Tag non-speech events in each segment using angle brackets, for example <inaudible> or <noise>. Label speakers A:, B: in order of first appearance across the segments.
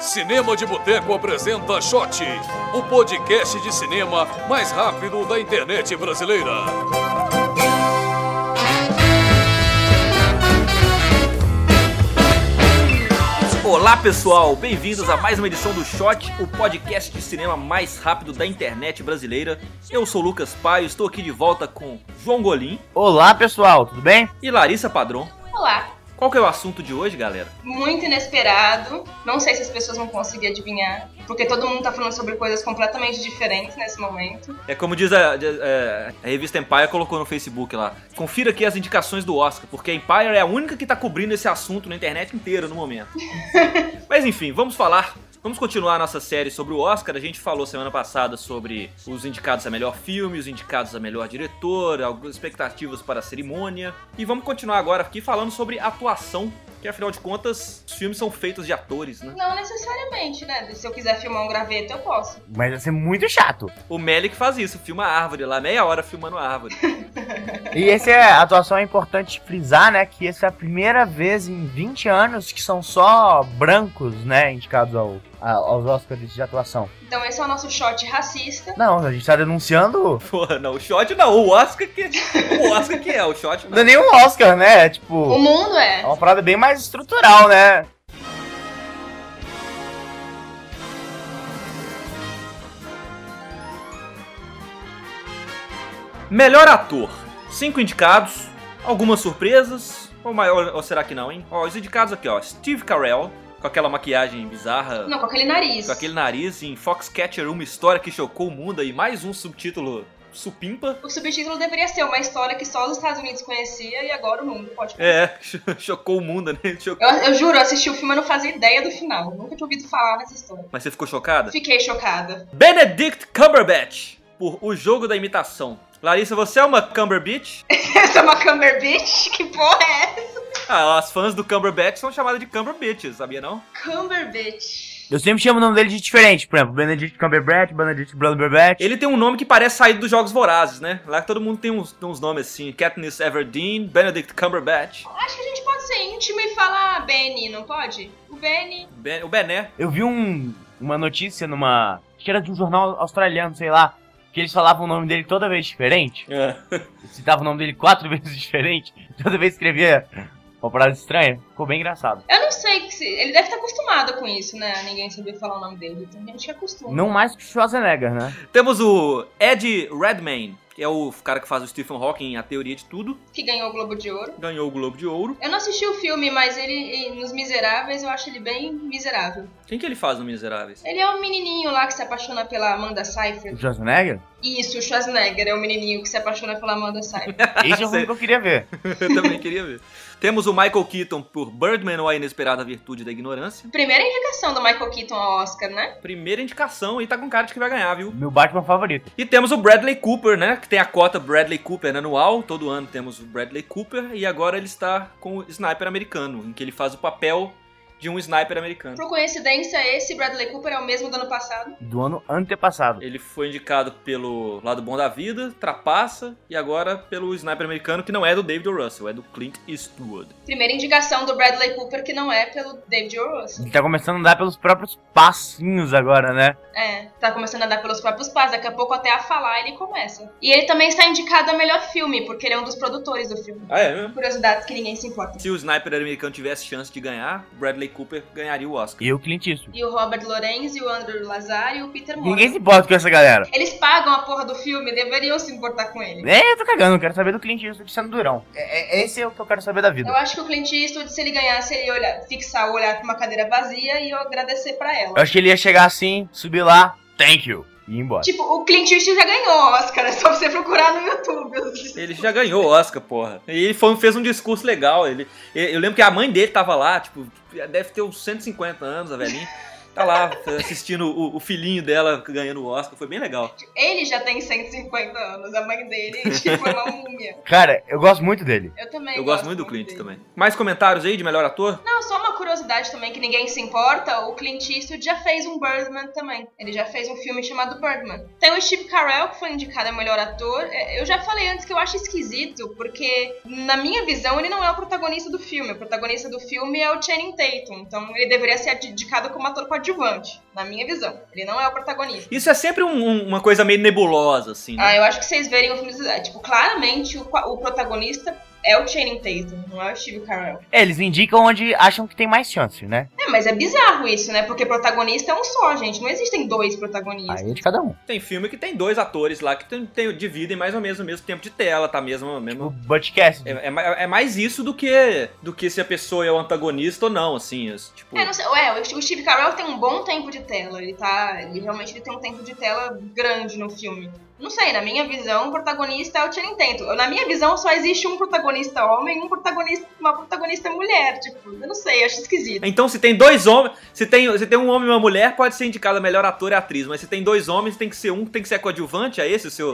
A: Cinema de Boteco apresenta Shot, o podcast de cinema mais rápido da internet brasileira.
B: Olá pessoal, bem-vindos a mais uma edição do Shot, o podcast de cinema mais rápido da internet brasileira. Eu sou o Lucas Paio, estou aqui de volta com João Golim
C: Olá pessoal, tudo bem?
B: e Larissa Padron.
D: Olá.
B: Qual que é o assunto de hoje, galera?
D: Muito inesperado. Não sei se as pessoas vão conseguir adivinhar, porque todo mundo tá falando sobre coisas completamente diferentes nesse momento.
B: É como diz a, de- é, a revista Empire colocou no Facebook lá. Confira aqui as indicações do Oscar, porque a Empire é a única que está cobrindo esse assunto na internet inteira no momento. Mas enfim, vamos falar. Vamos continuar a nossa série sobre o Oscar. A gente falou semana passada sobre os indicados a melhor filme, os indicados a melhor diretor, algumas expectativas para a cerimônia. E vamos continuar agora aqui falando sobre atuação, que afinal de contas, os filmes são feitos de atores, né?
D: Não necessariamente, né? Se eu quiser filmar um graveto, eu posso.
C: Mas vai ser muito chato.
B: O Melick faz isso, filma a árvore lá, meia hora filmando a árvore.
C: E esse é, a atuação é importante frisar, né? Que essa é a primeira vez em 20 anos que são só brancos, né? Indicados ao, a- aos Oscars de atuação.
D: Então esse é o nosso shot racista.
C: Não, a gente tá denunciando.
B: Porra, não, o shot não, o Oscar que. O Oscar que é, o shot
C: Não é
B: não.
C: nem um Oscar, né? É
D: O
C: tipo.
D: mundo é.
C: É uma parada bem mais estrutural, né?
B: Melhor ator. Cinco indicados, algumas surpresas. Ou maior, ou será que não, hein? Ó, os indicados aqui, ó. Steve Carell, com aquela maquiagem bizarra.
D: Não, com aquele nariz.
B: Com aquele nariz em Foxcatcher, uma história que chocou o mundo e mais um subtítulo supimpa.
D: O subtítulo deveria ser uma história que só os Estados Unidos conhecia e agora o mundo pode conhecer.
B: É, <laughs> chocou o mundo, né? Chocou.
D: Eu, eu juro, eu assisti o filme e eu não fazia ideia do final. Eu nunca tinha ouvido falar nessa história.
B: Mas você ficou chocada?
D: Fiquei chocada. <laughs>
B: Benedict Cumberbatch, por O Jogo da Imitação. Larissa, você é uma Cumberbatch?
D: Essa é uma Cumberbatch? Que porra é essa?
B: Ah, as fãs do Cumberbatch são chamadas de Cumberbatches, sabia não?
D: Cumberbatch.
C: Eu sempre chamo o nome dele de diferente, por exemplo, Benedict Cumberbatch, Benedict Cumberbatch.
B: Ele tem um nome que parece saído dos Jogos Vorazes, né? Lá que todo mundo tem uns, tem uns nomes assim. Katniss Everdeen, Benedict Cumberbatch.
D: Acho que a gente pode ser íntimo e falar "Ah, Benny, não pode? O Benny.
B: Ben- o Bené.
C: Eu vi um, uma notícia numa. Acho que era de um jornal australiano, sei lá. Que eles falavam o nome dele toda vez diferente. Citava o nome dele quatro <laughs> vezes diferente. Toda vez escrevia uma parada estranha. Ficou bem engraçado.
D: Eu não sei, que se- ele deve estar acostumado com isso, né? Ninguém saber falar o nome dele. Tem gente que acostuma.
C: Não mais que o Schwarzenegger, né?
B: Temos o Ed Redmayne, que é o cara que faz o Stephen Hawking, a teoria de tudo.
D: Que ganhou o Globo de Ouro.
B: Ganhou o Globo de Ouro.
D: Eu não assisti o filme, mas ele em- nos Miseráveis eu acho ele bem miserável.
B: Quem que ele faz no Miseráveis? <laughs>
D: Ele é um menininho lá que se apaixona pela Amanda
C: O
D: Seyfried.
C: Schwarzenegger?
D: Isso, o Schwarzenegger é o menininho que se apaixona pela Amanda Seyfried.
C: Esse é o filme que eu queria ver.
B: Eu também queria ver. Temos o Michael Keaton por Birdman ou A Inesperada Virtude da Ignorância.
D: Primeira indicação do Michael Keaton ao Oscar, né?
B: Primeira indicação e tá com cara de que vai ganhar, viu?
C: Meu Batman favorito.
B: E temos o Bradley Cooper, né? Que tem a cota Bradley Cooper anual. Todo ano temos o Bradley Cooper. E agora ele está com o Sniper americano, em que ele faz o papel de um sniper americano.
D: Por coincidência, esse Bradley Cooper é o mesmo do ano passado.
C: Do ano antepassado.
B: Ele foi indicado pelo Lado Bom da Vida, Trapaça, e agora pelo Sniper americano, que não é do David O. Russell, é do Clint Eastwood.
D: Primeira indicação do Bradley Cooper que não é pelo David O. Russell.
C: Ele tá começando a andar pelos próprios passinhos agora, né?
D: É, tá começando a andar pelos próprios pais, daqui a pouco até a falar ele começa. E ele também está indicado a melhor filme, porque ele é um dos produtores do filme.
B: Ah, é mesmo?
D: Curiosidades que ninguém se importa.
B: Se o Sniper americano tivesse chance de ganhar, Bradley Cooper ganharia o Oscar.
C: E o Clint Eastwood.
D: E o Robert Lorenz, e o Andrew Lazar e o Peter
C: Ninguém
D: Morgan.
C: se importa com essa galera.
D: Eles pagam a porra do filme, deveriam se importar com ele.
C: É, eu tô cagando, eu quero saber do Clint Eastwood sendo durão. É, é- esse é o que eu quero saber da vida.
D: Eu acho que o Clint Eastwood, se ele ganhasse, ele ia olhar, fixar o olhar pra uma cadeira vazia e eu agradecer pra
C: Eu
B: É,
D: ela.
C: acho que ele ia chegar assim, subir lá, thank you, e ir embora.
D: Tipo, o Clint Eastwood já ganhou o Oscar, <laughs> é só você procurar no YouTube.
B: Ele já ganhou o Oscar, porra. E ele foi- fez um discurso legal. Ele, eu eu lembro que a mãe dele tava lá, tipo, deve ter uns 150 anos, a velhinha. Tá lá assistindo o, o filhinho dela ganhando o Oscar. Foi bem legal.
D: Ele já tem 150 anos, a mãe dele, <laughs> tipo, é uma múmia.
C: Cara, eu gosto muito dele.
D: Eu também
B: Eu gosto muito do Clint
D: dele.
B: também. Mais comentários aí de melhor ator?
D: Não, só uma curiosidade também que ninguém se importa, o Clint Eastwood já fez um Birdman também. Ele já fez um filme chamado Birdman. Tem o Steve Carell, que foi indicado a melhor ator. É, Eu já falei antes que eu acho esquisito, porque na minha visão ele não é o protagonista do filme. O protagonista do filme é o Channing Tatum, então ele deveria ser indicado como ator coadjuvante, na minha visão. Ele não é o protagonista.
B: Isso é sempre um- um- uma coisa meio nebulosa, assim, né?
D: Ah, eu acho que vocês verem o filme, é, tipo, claramente o, qua- o protagonista é o Channing Tatum, não é o Steve Carell.
C: É, eles indicam onde acham que tem mais chance, né?
D: É, mas é bizarro isso, né? Porque protagonista é um só, gente. Não existem dois protagonistas.
C: Aí é de cada um.
B: Tem filme que tem dois atores lá que tem, tem- dividem mais ou menos o mesmo tempo de tela, tá mesmo...
C: O
B: mesmo...
C: Butch Cassidy.
B: É, é ma- é mais isso do que do que se a pessoa é o antagonista ou não, assim. isso, Tipo,
D: É, não sei, é, o Steve Steve Carell tem um bom tempo de tela, ele tá, ele realmente ele tem um tempo de tela grande no filme. Não sei, na minha visão, o protagonista é o Channing Tatum. Eu- Na minha visão, só existe um protagonista homem e um protagonista, uma protagonista mulher, tipo, eu não sei, acho esquisito.
B: Então, se tem dois homens. Se tem, se tem um homem e uma mulher, pode ser indicada melhor ator e atriz. Mas se tem dois homens, tem que ser um que tem que ser coadjuvante? É esse o seu.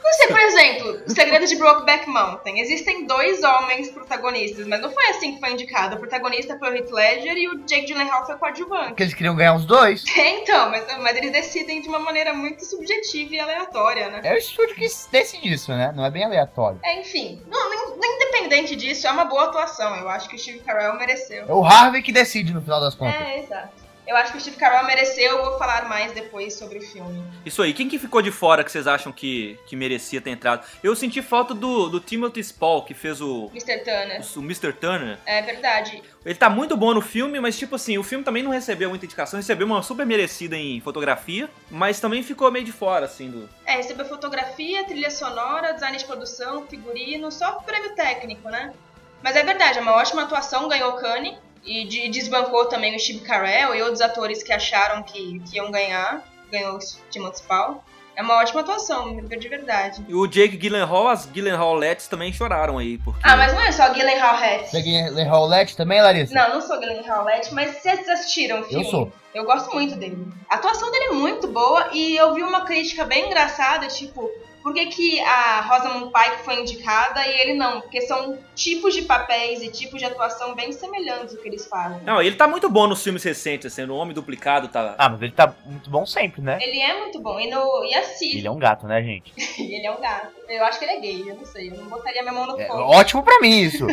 D: Não sei, por exemplo, o segredo de Brokeback Mountain. Existem dois homens protagonistas, mas não foi assim que foi indicado. O protagonista foi o Heath Ledger e o Jake Gyllenhaal foi o coadjuvante.
C: Porque eles queriam ganhar os dois.
D: <laughs> É, então, mas, mas eles decidem de uma maneira muito subjetiva e aleatória, né?
C: É o estúdio que decide isso, né? Não é bem aleatório.
D: É, enfim, não, não- não independente disso, é uma boa atuação. Eu acho que o Steve Carell mereceu.
C: É o Harvey que decide no final das contas.
D: É, exato. Eu acho que o Steve Carell mereceu, eu vou falar mais depois sobre o filme.
B: Isso aí. Quem que ficou de fora que vocês acham que, que merecia ter entrado? Eu senti falta do, do Timothy Spall, que fez o.
D: Mr. Turner.
B: O Mr. Turner,
D: É verdade.
B: ele tá muito bom no filme, mas tipo assim, o filme também não recebeu muita indicação, recebeu uma super merecida em fotografia, mas também ficou meio de fora, assim, do.
D: É, recebeu fotografia, trilha sonora, design de produção, figurino, só prêmio técnico, né? Mas é verdade, é uma ótima atuação, ganhou o Cannes e de- desbancou também o Steve Carell e outros atores que acharam que, que iam ganhar. Ganhou o Timothy Spall. É uma ótima atuação, de verdade.
B: E o Jake Gyllenhaal, as Gyllenhaal Lets também choraram aí, porque.
D: Ah, mas não é só Gyllenhaal Hall
C: Peguei Ler Howlett também, Larissa?
D: Não, não sou Glenn Howlett, mas vocês assistiram o filme?
C: Eu sou.
D: Eu gosto muito dele. A atuação dele é muito boa e eu vi uma crítica bem engraçada, tipo, por que, que a Rosamund Pike foi indicada e ele não? Porque são tipos de papéis e tipos de atuação bem semelhantes o que eles fazem.
B: Não, ele tá muito bom nos filmes recentes, assim, no Homem Duplicado tá.
C: Ah, mas ele tá muito bom sempre, né?
D: Ele é muito bom. E, no, e a Sid,
C: Ele é um gato, né, gente?
D: <laughs> ele é um gato. Eu acho que ele é gay, eu não sei. Eu não botaria minha mão no
C: É,
D: fogo.
C: ótimo pra mim isso.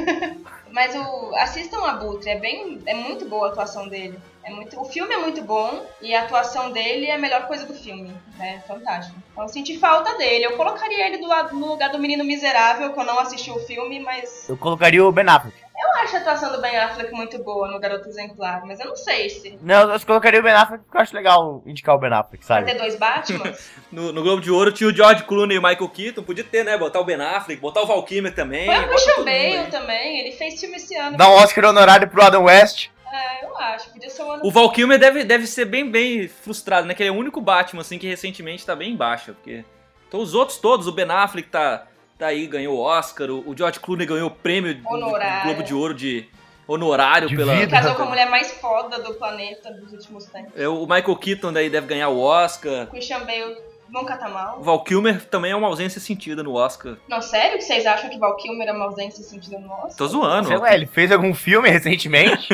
D: Mas o, assistam a Butre, é bem. é muito boa a atuação dele. É muito, o filme é muito bom e a atuação dele é a melhor coisa do filme. É fantástico. Então eu senti falta dele. Eu colocaria ele do lado, no lugar do menino miserável, que eu não assisti o filme, mas.
C: <laughs> Eu colocaria o Ben Affleck.
D: Eu acho a atuação do Ben Affleck muito boa no Garoto Exemplar, mas eu não sei se.
C: Não, eu colocaria o Ben Affleck porque eu acho legal indicar o Ben Affleck,
D: Vai
C: sabe?
D: ter
B: <laughs>
D: dois Batman?
B: No, no Globo de Ouro tinha o George Clooney e o Michael Keaton. Podia ter, né? Botar o Ben Affleck, botar o Val Kilmer também.
D: Foi o
B: bota
D: Christian
B: todo mundo
D: Bale
B: aí.
D: também, ele fez filme esse ano.
C: Dá um Oscar honorário pro Adam West.
D: É, eu acho, podia ser um ano.
B: O Val Kilmer deve, deve ser bem, bem frustrado, né? Que ele é o único Batman, assim, que recentemente tá bem em baixa. Porque... Então os outros todos, o Ben Affleck tá, tá aí, ganhou o Oscar. O, o George Clooney ganhou o prêmio do-
D: Honorário.
B: do Globo de Ouro de honorário
C: De
B: pela...
C: vida. né?
D: Casou com a mulher mais foda do planeta dos últimos tempos.
B: É, O Michael Keaton daí deve ganhar o Oscar.
D: Christian Bale nunca tá mal.
B: O Val Kilmer também é uma ausência sentida no Oscar.
D: Não, sério que vocês acham que Val Kilmer é uma ausência sentido nosso?
B: Tô zoando.
C: Sei lá, ele fez algum filme <laughs> recentemente?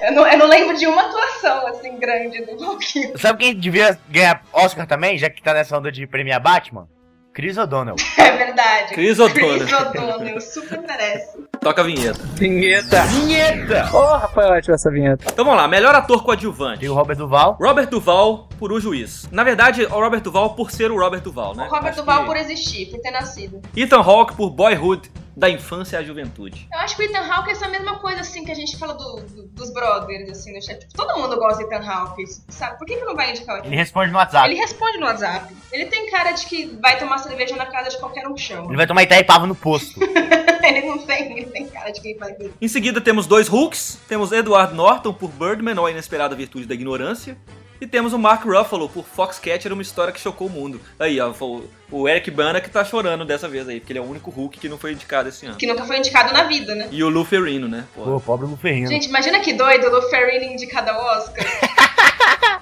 D: Eu não, eu não lembro de uma atuação, assim, grande do Val Kilmer.
C: sabe quem devia ganhar Oscar também, já que tá nessa onda de premiar Batman? Chris O'Donnell.
D: <laughs> É verdade.
B: Cris O'Donnell.
D: Chris O'Donnell, super merece.
B: Toca a vinheta.
E: Vinheta!
C: Vinheta!
E: Ô, Rafael, ativa essa vinheta.
B: Então vamos lá, melhor ator coadjuvante.
C: Tem o Robert Duval.
B: Robert Duval por O Juiz. Na verdade, o Robert Duval por ser o Robert Duval,
D: O
B: né?
D: Robert
B: Acho
D: Duval
B: que-
D: por existir, por ter nascido.
B: Ethan Hawke por Boyhood, da infância à juventude.
D: Eu acho que o Ethan Hawke é essa mesma coisa, assim, que a gente fala do- do- dos brothers, assim, no chat. Tipo, todo mundo gosta de Ethan Hawke, sabe? Por que, que não vai indicar o Ethan
C: Ele responde no WhatsApp.
D: Ele responde no WhatsApp. Ele tem cara de que vai tomar cerveja na casa de qualquer um que chama.
C: Ele vai tomar Itaipava no posto.
D: <laughs> ele não tem, ele tem cara de quem vai ver.
B: Em seguida temos dois Hulks, temos Edward Norton por Birdman ou A Inesperada Virtude da Ignorância, e temos o Mark Ruffalo por Foxcatcher, uma história que chocou o mundo. Aí, ó, o- o Eric Bana que tá chorando dessa vez aí, porque ele é o único Hulk que não foi indicado esse ano.
D: Que nunca foi indicado na vida, né?
B: E o Luferino, né? Pô.
C: <laughs> Pô, pobre Luferrino.
D: Gente, imagina que doido o Lou Ferrigno indicado ao Oscar.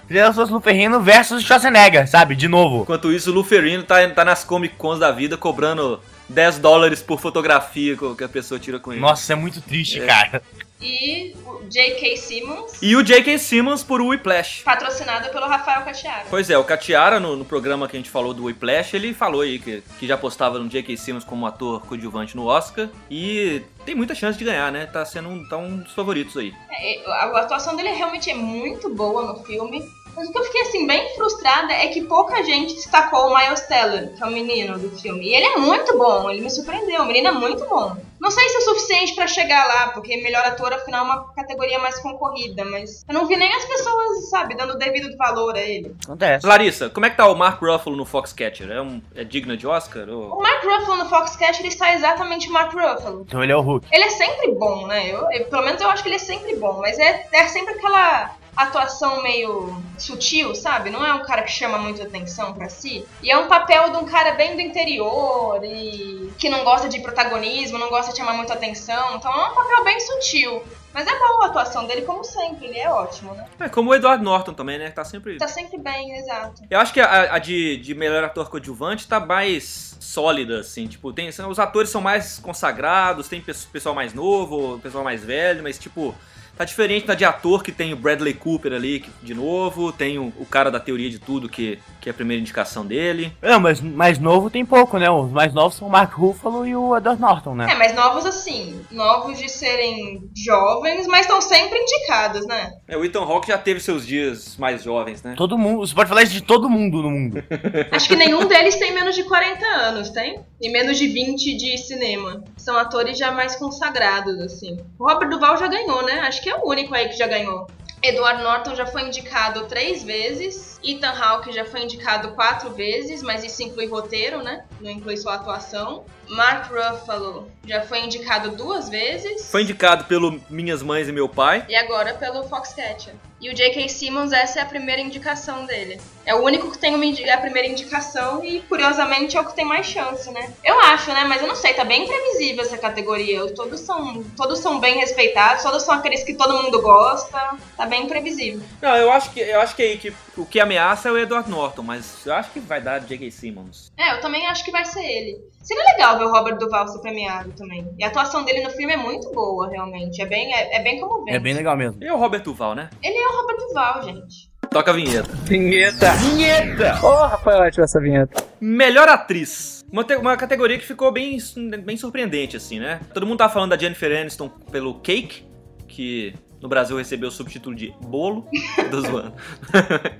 C: Seria se fosse Luferrino versus Schwarzenegger, sabe? De novo.
B: Enquanto isso, o Luferino tá, tá nas Comic Cons da vida cobrando 10 dólares por fotografia que que a pessoa tira com ele.
C: Nossa, isso é muito triste, cara.
D: e o J.K. Simmons,
B: E o J.K. Simmons por Whiplash.
D: patrocinado pelo Rafael Cachiara.
B: Pois é, o Catiara, no, no programa que a gente falou do Whiplash, ele falou aí que, que já apostava no J.K. Simmons como ator coadjuvante no Oscar e tem muita chance de ganhar, né? Tá sendo um, tá um dos favoritos aí.
D: É, A atuação dele realmente é muito boa no filme. Mas o que eu fiquei assim bem frustrada é que pouca gente destacou o Miles Teller, que é o menino do filme. E ele é muito bom, ele me surpreendeu, o menino é muito bom. Não sei se é o suficiente pra chegar lá, porque melhor ator afinal é uma categoria mais concorrida, mas eu não vi nem as pessoas, sabe, dando o devido valor a ele.
C: Acontece.
B: Larissa, como é que tá o Mark Ruffalo no Foxcatcher? É, um, é digna de Oscar?
D: O
B: Ou...
D: Mark Ruffalo no Foxcatcher ele está exatamente o Mark Ruffalo.
C: Então ele é o Hulk.
D: Ele é sempre bom, né? Eu, eu- pelo menos eu acho que ele é sempre bom, mas é, é sempre aquela atuação meio sutil, sabe? Não é um cara que chama muita atenção pra si. E é um papel de um cara bem do interior e que não gosta de protagonismo, não gosta de chamar muita atenção. Então é um papel bem sutil. Mas é boa a atuação dele, como sempre, ele é ótimo, né?
B: É como o Edward Norton também, né? Que tá sempre...
D: Tá sempre bem, exato.
B: Eu acho que a, a de, de melhor ator coadjuvante tá mais sólida, assim. Tipo, tem, são- os atores são mais consagrados, tem pes- pessoal mais novo, pessoal mais velho, mas, tipo, tá diferente da de ator que tem o Bradley Cooper ali, que- de novo, tem o, o cara da teoria de tudo, que, que é a primeira indicação dele.
C: Não, mas mais novo tem pouco, né? Os mais novos são o Mark Ruffalo e o Edward Norton, né?
D: É, mas novos assim, novos de serem jovens, mas estão sempre indicados, né?
B: É, o Ethan Hawke já teve seus dias mais jovens,
D: É.
B: né?
C: Todo mundo. Você pode falar isso de todo mundo no mundo.
D: Acho que nenhum deles tem menos de 40 anos, tem? E menos de 20 de cinema. São atores já mais consagrados, assim. O Robert Duval já ganhou, né? Acho que é o único aí que já ganhou. Edward Norton já foi indicado três vezes. Ethan Hawke já foi indicado quatro vezes, mas isso inclui roteiro, né? Não inclui só atuação. Mark Ruffalo já foi indicado duas vezes.
B: Foi indicado pelo Minhas Mães e Meu Pai.
D: E agora pelo Foxcatcher. E o J.K. Simmons, essa é a primeira indicação dele. É o único que tem uma indi- a primeira indicação e, curiosamente, é o que tem mais chance, né? Eu acho, né? Mas eu não sei, tá bem previsível essa categoria. Os Todos são, todos são bem respeitados, todos são aqueles que todo mundo gosta. Tá bem previsível.
B: Não, eu acho que, eu acho que aí que o que ameaça é o Edward Norton, mas eu acho que vai dar J.K. Simmons.
D: É, eu também acho que vai ser ele. Seria legal ver o Robert Duval ser premiado também. E a atuação dele no filme é muito boa, realmente. É bem, é, é bem comovente.
C: É bem legal mesmo.
B: E o Robert Duval, né?
D: Ele é o Robert Duval, gente.
B: Toca a vinheta.
E: Vinheta! Vinheta! Ô, Rafael, ativa essa vinheta.
B: Melhor atriz. Uma, te- uma categoria que ficou bem, bem surpreendente, assim, né? Todo mundo tá falando da Jennifer Aniston pelo Cake, que no Brasil recebeu o subtítulo de Bolo. Tô zoando. <laughs>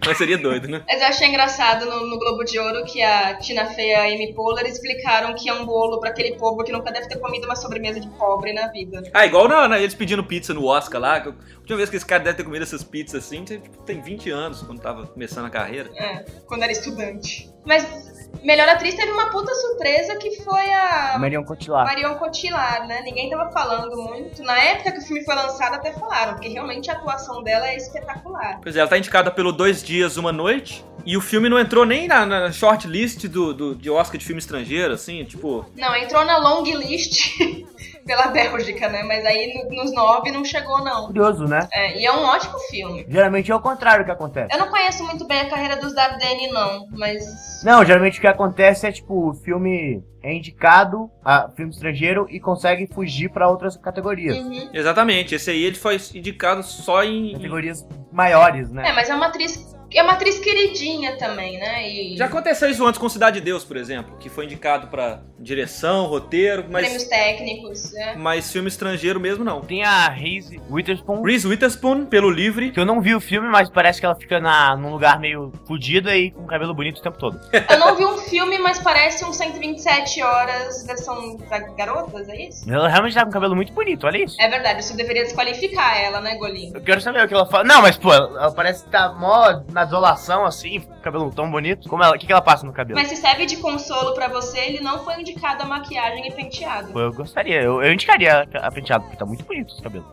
B: Mas seria doido, né?
D: Mas eu achei engraçado no, no Globo de Ouro que a Tina Fey e a Amy Poehler explicaram que é um bolo pra aquele povo que nunca deve ter comido uma sobremesa de pobre na vida.
B: Ah, igual na, na- eles pedindo pizza no Oscar lá. que eu- A última vez que esse cara deve ter comido essas pizzas assim, tipo, tem 20 anos, quando tava começando a carreira.
D: É, quando era estudante. Mas melhor atriz teve uma puta surpresa que foi a
C: Marion Cotillard.
D: Marion Cotillard, né? Ninguém tava falando muito. Na época que o filme foi lançado até falaram, porque realmente a atuação dela é espetacular.
B: Pois é, ela tá indicada pelo Dois Dias, Uma Noite. E o filme não entrou nem na, na shortlist do, do, de Oscar de filme estrangeiro, assim, tipo.
D: Não, entrou na long list <laughs> pela Bélgica, né? Mas aí no- nos nove não chegou, não.
C: Curioso, né?
D: É, e é um ótimo filme.
C: Geralmente é o contrário que acontece.
D: Eu não conheço muito bem a carreira dos Dardenne, não, mas.
C: Não, geralmente o que acontece é tipo, o filme é indicado a filme estrangeiro e consegue fugir pra outras categorias.
D: Uhum.
B: Exatamente, esse aí ele foi indicado só em.
C: Categorias maiores, né?
D: É, mas é uma atriz. É uma atriz queridinha também, né? E
B: Já aconteceu isso antes com Cidade de Deus, por exemplo, que foi indicado pra direção, roteiro,
D: prêmios
B: mas,
D: técnicos, né?
B: mas filme estrangeiro mesmo não.
C: Tem a Reese Witherspoon,
B: Reese Witherspoon, pelo Livre.
C: que eu não vi o filme, mas parece que ela fica na, num lugar meio fodida e com cabelo bonito o tempo todo.
D: Eu não vi um filme, mas parece um 127 horas versão da garotas, é isso?
C: Ela realmente tá com cabelo muito bonito, olha isso.
D: É verdade, isso deveria desqualificar ela, né, Golim?
C: Eu quero saber o que ela fala. Não, mas pô, ela ela parece que tá mó na desolação assim, cabelo tão bonito. Como ela, o que, que ela passa no cabelo?
D: Mas se serve de consolo pra você, ele não foi indicado a maquiagem e penteado.
C: Pô, eu gostaria, eu, eu indicaria a, a penteada, porque tá muito bonito esse cabelo.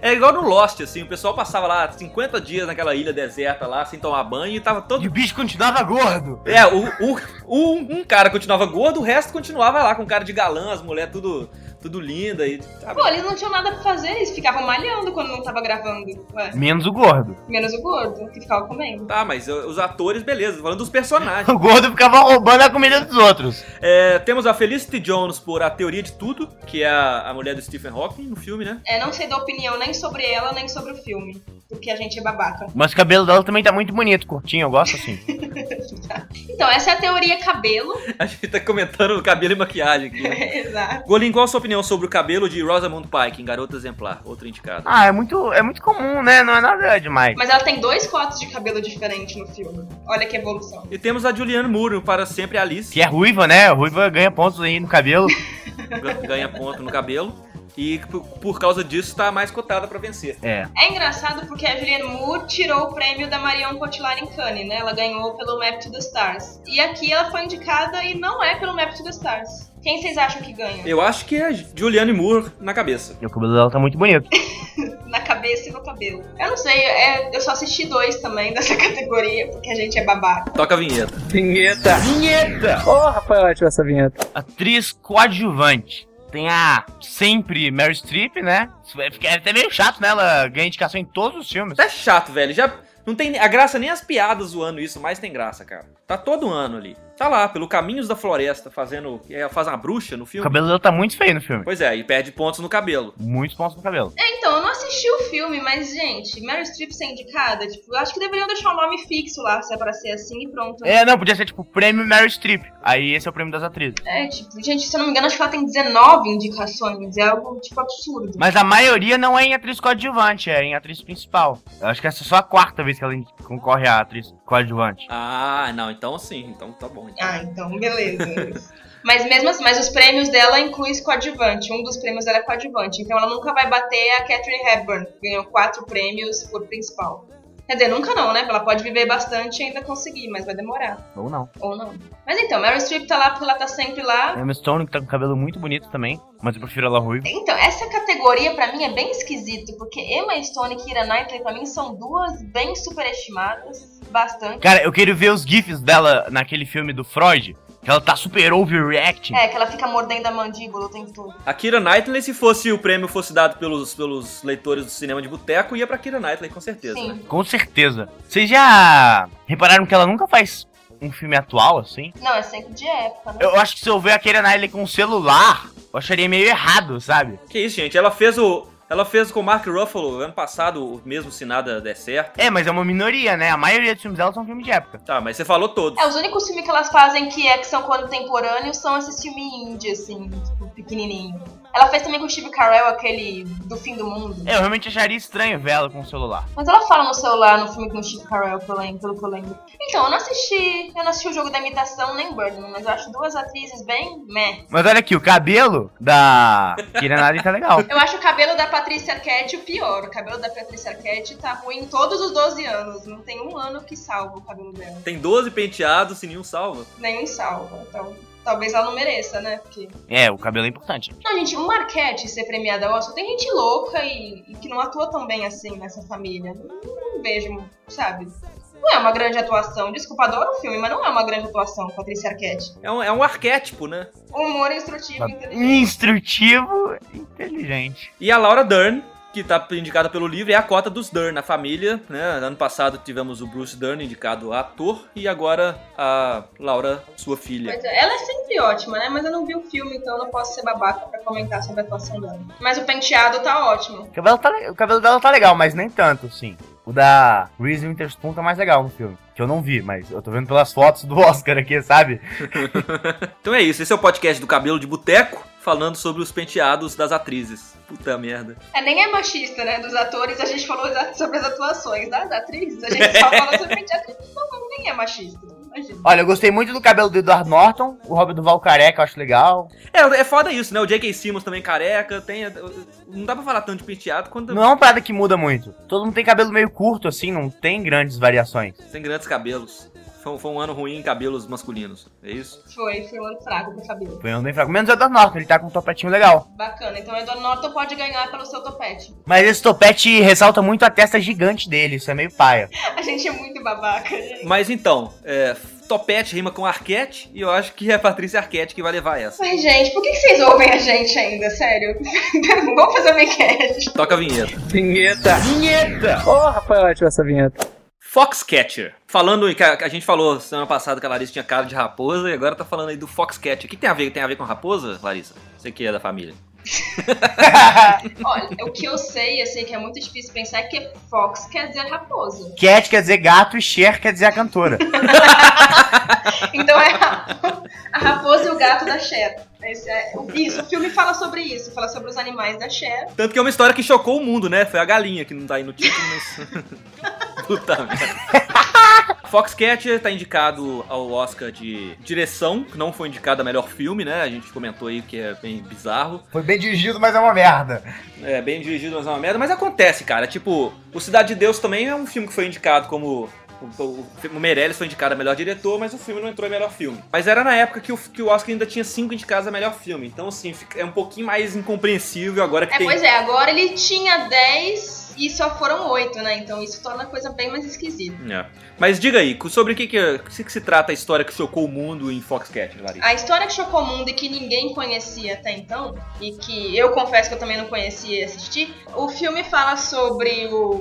B: É igual no Lost, assim, o pessoal passava lá 50 dias naquela ilha deserta lá, sem tomar banho e tava todo.
C: E o bicho continuava gordo.
B: É, o, o, Um, um cara continuava gordo, o resto continuava lá com cara de galã, as mulheres tudo, tudo linda e. sabe?
D: Pô, eles não tinham nada pra fazer, eles ficavam malhando quando não tava gravando. Ué,
C: Menos o gordo. <laughs>
D: menos o gordo, que ficava comendo.
B: Tá, mas ó, os atores, beleza, tô falando dos
C: <laughs>
B: personagens.
C: O gordo ficava roubando a comida dos outros.
B: É, temos a Felicity Jones por A Teoria de Tudo, que é a, a mulher do Stephen Hawking no filme, né?
D: É, não sei da opinião nem sobre ela, nem sobre o filme. Porque a gente é babaca. <laughs>
C: Mas o cabelo dela também tá muito bonito, curtinho, eu gosto assim.
D: Então, essa é a teoria cabelo.
B: <laughs> A gente tá comentando cabelo e maquiagem aqui. né?
D: Exato.
B: Golin, qual a sua opinião sobre o cabelo de Rosamund Pike em Garota Exemplar? Outra indicada.
C: <laughs> Ah, é muito, é muito comum, né? Não é nada demais.
D: Mas ela tem dois cortes de cabelo diferente no filme. Olha que evolução.
B: E temos a Julianne Moore para sempre Alice,
C: Que é ruiva, né? Ruiva ganha pontos aí no cabelo.
B: que ganha ponto no cabelo. E por- por causa disso tá mais cotada pra vencer.
C: É.
D: É engraçado porque a Julianne Moore tirou o prêmio da Marion Cotillard em Cannes, né? Ela ganhou pelo Map to the Stars. E aqui ela foi indicada e não é pelo Map to the Stars. Quem vocês acham que ganha?
B: Eu acho que é Julianne Moore na cabeça.
C: E o cabelo dela tá muito bonito.
D: Na cabeça e no cabelo. Eu não sei, é- eu só assisti dois também <laughs> dessa categoria, porque a gente é babaca.
B: Toca a vinheta.
C: Tá.
E: Vinheta! Vinheta! Ô, rapaz, ótima essa vinheta.
C: Atriz coadjuvante. Tem a sempre Mary Streep, né? Fica até meio chato, né? Ela ganha indicação em todos os filmes.
B: Tá chato, velho. Já não tem a graça nem as piadas zoando isso, mas tem graça, cara. Tá todo ano ali. Tá lá, pelo Caminhos da Floresta, fazendo. Ela faz uma bruxa no
C: O
B: filme.
C: cabelo dela tá muito feio no filme.
B: Pois é, e perde pontos no cabelo.
C: Muitos pontos no cabelo.
D: É, então, eu não assisti o filme, mas, gente, Meryl Streep ser indicada, tipo, eu acho que deveriam deixar o nome fixo lá, se é pra ser assim e pronto.
C: É, não, podia ser tipo prêmio Mary Streep. Aí esse é o prêmio das atrizes.
D: É, tipo, gente, se eu não me engano, acho que ela tem 19 indicações. É algo, tipo, absurdo.
C: Mas a maioria não é em atriz coadjuvante, é em atriz principal. Eu acho que essa é só a quarta vez que ela in- concorre a atriz coadjuvante.
B: Ah, não, então sim, então tá bom.
D: Ah, então, beleza. mas mesmo assim, mas os prêmios dela incluem coadjuvante. Um dos prêmios dela é coadjuvante. Então ela nunca vai bater a Catherine Hepburn, que ganhou quatro prêmios por principal. Quer dizer, nunca não, né? Ela pode viver bastante e ainda conseguir, mas vai demorar.
C: Ou não.
D: Ou não. Mas então, Meryl Streep tá lá porque ela tá sempre lá.
C: A Emma Stone, que tá com cabelo muito bonito também, mas eu prefiro ela ruiva.
D: Então, essa categoria pra mim é bem esquisito, porque Emma Stone e Kira Knightley pra mim são duas bem superestimadas, bastante.
C: Cara, eu quero ver os gifs dela naquele filme do Freud, que ela tá super overreacting.
D: É, que ela fica mordendo a mandíbula o tempo todo.
B: A Kira Knightley, se fosse o prêmio fosse dado pelos, pelos leitores do cinema de boteco, ia pra Kira Knightley, com certeza. né?
D: Sim.
C: Com certeza. Vocês já repararam que ela nunca faz um filme atual, assim?
D: Não, é sempre de época, né?
C: Eu acho que se eu ver a Keira Knightley com um celular, eu acharia meio errado, sabe?
B: Que isso, gente? Ela fez o. Ela fez com o Mark Ruffalo ano passado, o mesmo se nada der certo.
C: É, mas é uma minoria, né? A maioria dos filmes dela são filmes de época.
B: Tá, mas você falou todos.
D: É, os únicos filmes que elas fazem que, é, que são contemporâneos são esses filmes indie, assim, tipo, pequenininho. Ela fez também com o Steve Carell aquele do fim do mundo.
C: É, Eu realmente acharia estranho ver ela com o celular.
D: Mas ela fala no celular no filme com o Steve Carell, pelo, pelo que eu lembro. Então, eu não assisti, eu não assisti o jogo da imitação nem Birdman, mas eu acho duas atrizes bem meh.
C: Mas olha aqui, o cabelo da Keira Knightley tá legal.
D: Eu acho o cabelo da Patrícia Arquette o pior. O cabelo da Patrícia Arquette tá ruim todos os 12 anos. Não tem um ano que salva o cabelo dela.
B: Tem 12 penteados e nenhum salva.
D: Nenhum salva. Então, talvez ela não mereça, né? Porque
C: É, o cabelo é importante.
D: Não, gente, uma Arquette ser premiada ao Oscar, tem gente louca e, e que não atua tão bem assim nessa família. Não vejo, sabe? Não é uma grande atuação. Desculpa, adoro o filme, mas não é uma grande atuação, Patrícia Arquette. Um
B: É um, é um arquétipo, né?
D: Humor instrutivo, inteligente.
C: Instrutivo, inteligente.
B: E a Laura Dern, que tá indicada pelo livro, é a cota dos Dern, a família, né? Ano passado tivemos o Bruce Dern indicado a ator e agora a Laura, sua filha.
D: Mas ela é sempre ótima, né? Mas eu não vi o filme, então eu não posso ser babaca pra comentar sobre a atuação dela. Mas o penteado tá ótimo.
C: O cabelo, tá, le- o cabelo dela tá legal, mas nem tanto, sim. O da Reese Witherspoon tá mais legal no filme. Que eu não vi, mas eu tô vendo pelas fotos do Oscar aqui, sabe?
B: Então é isso, esse é o podcast do Cabelo de Boteco, falando sobre os penteados das atrizes. Puta merda.
D: É, nem é machista, né? Dos atores, a gente falou exa- sobre as atuações. Das atrizes, a <laughs> gente só falou sobre o penteado. Não, nem é machista, imagina.
C: Olha, eu gostei muito do cabelo do Edward Norton, o Robert Duval careca, eu acho legal.
B: É, é foda isso, né? O J.K. Simmons também careca, tem... Não dá pra falar tanto de penteado quanto
C: Não é uma parada que muda muito. Todo mundo tem cabelo meio curto, assim, não tem grandes variações.
B: tem grandes cabelos. Foi, foi um ano ruim em cabelos masculinos, é isso?
D: Foi, foi um ano fraco pro cabelo.
C: Foi um bem fraco. Menos o Edward Norton, ele tá com um topetinho legal.
D: Bacana, então o Edward Norton pode ganhar pelo seu topete.
C: Mas esse topete ressalta muito a testa gigante dele, isso é meio paia.
D: A gente é muito babaca, gente.
B: Mas então, é, Topete rima com Arquete e eu acho que é a Patrícia Arquete que vai levar essa.
D: Ai, gente, por que, que vocês ouvem a gente ainda? Sério? <laughs> Vamos fazer uma enquete.
B: Toca a vinheta.
E: Vinheta! Vinheta! Ô, Rafael, ativa essa vinheta.
B: Foxcatcher. Falando em que a, a gente falou semana passada que a Larissa tinha cara de raposa e agora tá falando aí do Foxcatcher. O que tem a ver? Tem a ver com raposa, Larissa? Você que é da família.
D: Olha, o que eu sei, eu sei que é muito difícil pensar é que Fox quer dizer raposa.
C: Cat quer dizer gato e Cher quer dizer a cantora.
D: Então é a, a raposa e o gato da Cher. Esse é- isso, o filme fala sobre isso, fala sobre os animais da Cher.
B: Tanto que é uma história que chocou o mundo, né? Foi a galinha que não tá aí no título, mas. <laughs> Puta merda. Foxcatcher tá indicado ao Oscar de direção, que não foi indicado a melhor filme, né? A gente comentou aí que é bem bizarro.
F: <laughs> Foi bem dirigido, mas é uma merda.
B: É, bem dirigido, mas é uma merda. Mas acontece, cara. Tipo, o Cidade de Deus também é um filme que foi indicado como. O, o, o Meirelles foi indicado a melhor diretor, mas o filme não entrou em melhor filme. Mas era na época que o, que o Oscar ainda tinha cinco indicados a melhor filme. Então, assim, fica- é um pouquinho mais incompreensível agora que
D: É,
B: tem.
D: pois é, agora ele tinha 10 e só foram 8, né? Então isso torna a coisa bem mais esquisita.
B: É. Mas diga aí, sobre o que, que, é- o que que se trata a história que chocou o mundo em Foxcatcher, Larissa?
D: A história que chocou o mundo e que ninguém conhecia até então, e que eu confesso que eu também não conhecia e assisti, o filme fala sobre o,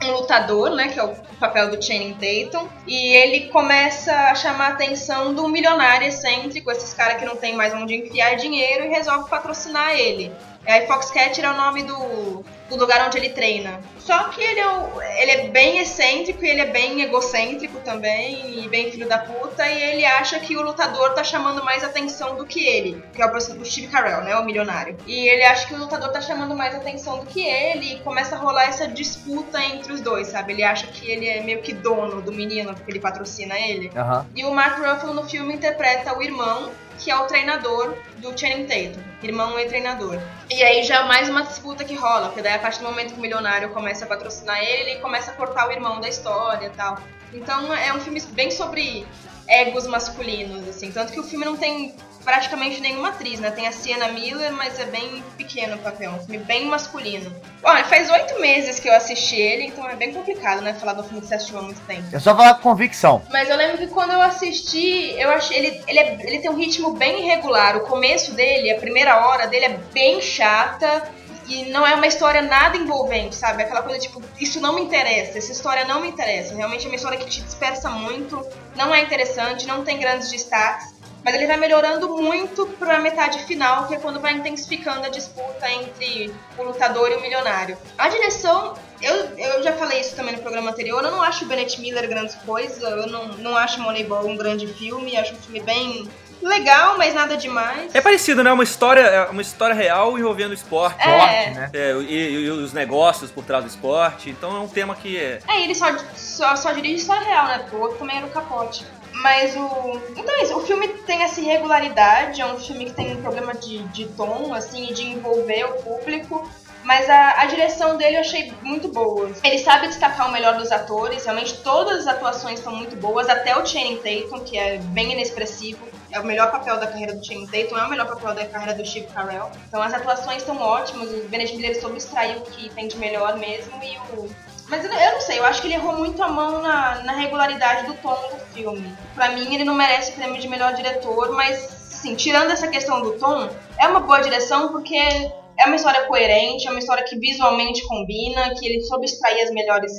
D: um lutador, né, que é o papel do Channing Tatum, e ele começa a chamar a atenção do milionário excêntrico, esses caras que não tem mais onde enfiar dinheiro, e resolve patrocinar ele. E Aí Foxcatcher é o nome do, do lugar onde ele treina. Só que ele é, o- ele é bem excêntrico e ele é bem egocêntrico também, e bem filho da puta, e ele acha que o lutador tá chamando mais atenção do que ele, que é o, professor- o Steve Carell, né, o milionário. E ele acha que o lutador tá chamando mais atenção do que ele, e começa a rolar essa disputa entre os dois, sabe? Ele acha que ele é meio que dono do menino, porque ele patrocina ele.
C: Aham.
D: E o Mark Ruffalo no filme interpreta o irmão, que é o treinador do Channing Tatum. Irmão e treinador. E aí já é mais uma disputa que rola, porque daí a partir do momento que o milionário começa a patrocinar ele, ele começa a cortar o irmão da história e tal. Então é um filme bem sobre egos masculinos, assim. Tanto que o filme não tem praticamente nenhuma atriz, né? Tem a Sienna Miller, mas é bem pequeno o papel. Um filme bem masculino. Olha, faz oito meses que eu assisti ele, então é bem complicado, né? Falar do filme que você assistiu há muito tempo.
C: Eu É só falar com convicção.
D: Mas eu lembro que quando eu assisti, eu achei ele, ele, é- ele tem um ritmo bem irregular. O começo dele, a primeira hora dele é bem chata e não é uma história nada envolvente, sabe? Aquela coisa tipo, isso não me interessa, essa história não me interessa. Realmente é uma história que te dispersa muito, não é interessante, não tem grandes destaques. Mas ele vai melhorando muito pra metade final, que é quando vai intensificando a disputa entre o lutador e o milionário. A direção eu, eu já falei isso também no programa anterior. Eu não acho o Bennett Miller grande coisa. Eu não, não acho Moneyball um grande filme. Acho um filme bem legal, mas nada demais.
B: É parecido, né? Uma história, é uma história real envolvendo o esporte.
D: É.
C: Forte, né?
B: É, e, e- e os negócios por trás do esporte. Então é um tema que é. <laughs>
D: É, ele só, só, só dirige história real, né? Porque o outro também era o capote. Mas o. Então é isso, o filme tem essa irregularidade, é um filme que tem um problema de, de tom, assim, e de envolver o público. Mas a, a direção dele eu achei muito boa. Ele sabe destacar o melhor dos atores, realmente todas as atuações são muito boas, até o Channing Tatum, que é bem inexpressivo. É o melhor papel da carreira do Channing Tatum, é o melhor papel da carreira do Steve Carell. Então as atuações são ótimas, o Bennett Miller soube extrair o que tem de melhor mesmo e o, mas eu não- eu não sei, eu acho que ele errou muito a mão na, na regularidade do tom do filme. Pra mim, ele não merece o prêmio de melhor diretor, mas, assim, tirando essa questão do tom, é uma boa direção porque é uma história coerente, é uma história que visualmente combina, que ele soube extrair as melhores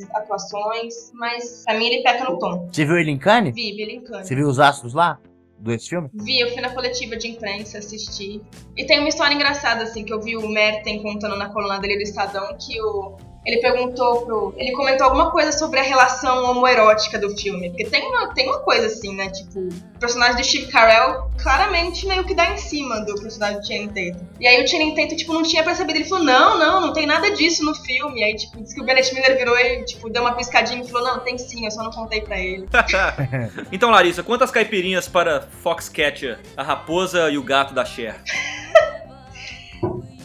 D: atuações, mas pra mim ele peca no tom.
C: Você viu ele em Cannes?
D: Vi, Billy Cunningham.
C: Você viu os astros lá? Do esse filme?
D: Vi, eu fui na coletiva de imprensa assistir. E tem uma história engraçada, assim, que eu vi o Merten contando na coluna dele do Estadão, que o. Ele perguntou pro. Ele comentou alguma coisa sobre a relação homoerótica do filme. Porque tem uma, tem uma coisa assim, né? Tipo, o personagem do Steve Carell claramente meio que dá em cima do personagem do Channing Tatum. E aí o Channing Tatum, tipo, não tinha percebido. Ele falou, não, não, não tem nada disso no filme. E aí, tipo, disse que o Bennett Miller virou e, tipo, deu uma piscadinha e falou, não, tem sim, eu só não contei pra ele.
B: então, Larissa, quantas caipirinhas para Foxcatcher, a raposa e o gato da Cher?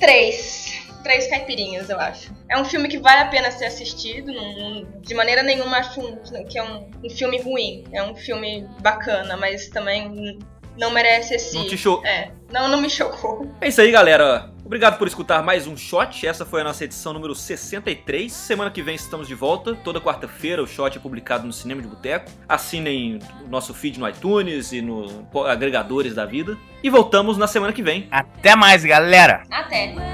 D: Três. Três caipirinhas, eu acho. É um filme que vale a pena ser assistido. não- não- de maneira nenhuma acho um- que é um, um filme ruim. É um filme bacana, mas também não merece esse.
B: Não te cho-
D: É. Não, não me chocou.
B: É isso aí, galera. Obrigado por escutar mais um Shot. Essa foi a nossa edição número 63. Semana que vem estamos de volta. Toda quarta-feira o Shot é publicado no Cinema de Boteco. Assinem o nosso feed no iTunes e no agregadores da vida. E voltamos na semana que vem.
C: Até mais, galera!
D: Até.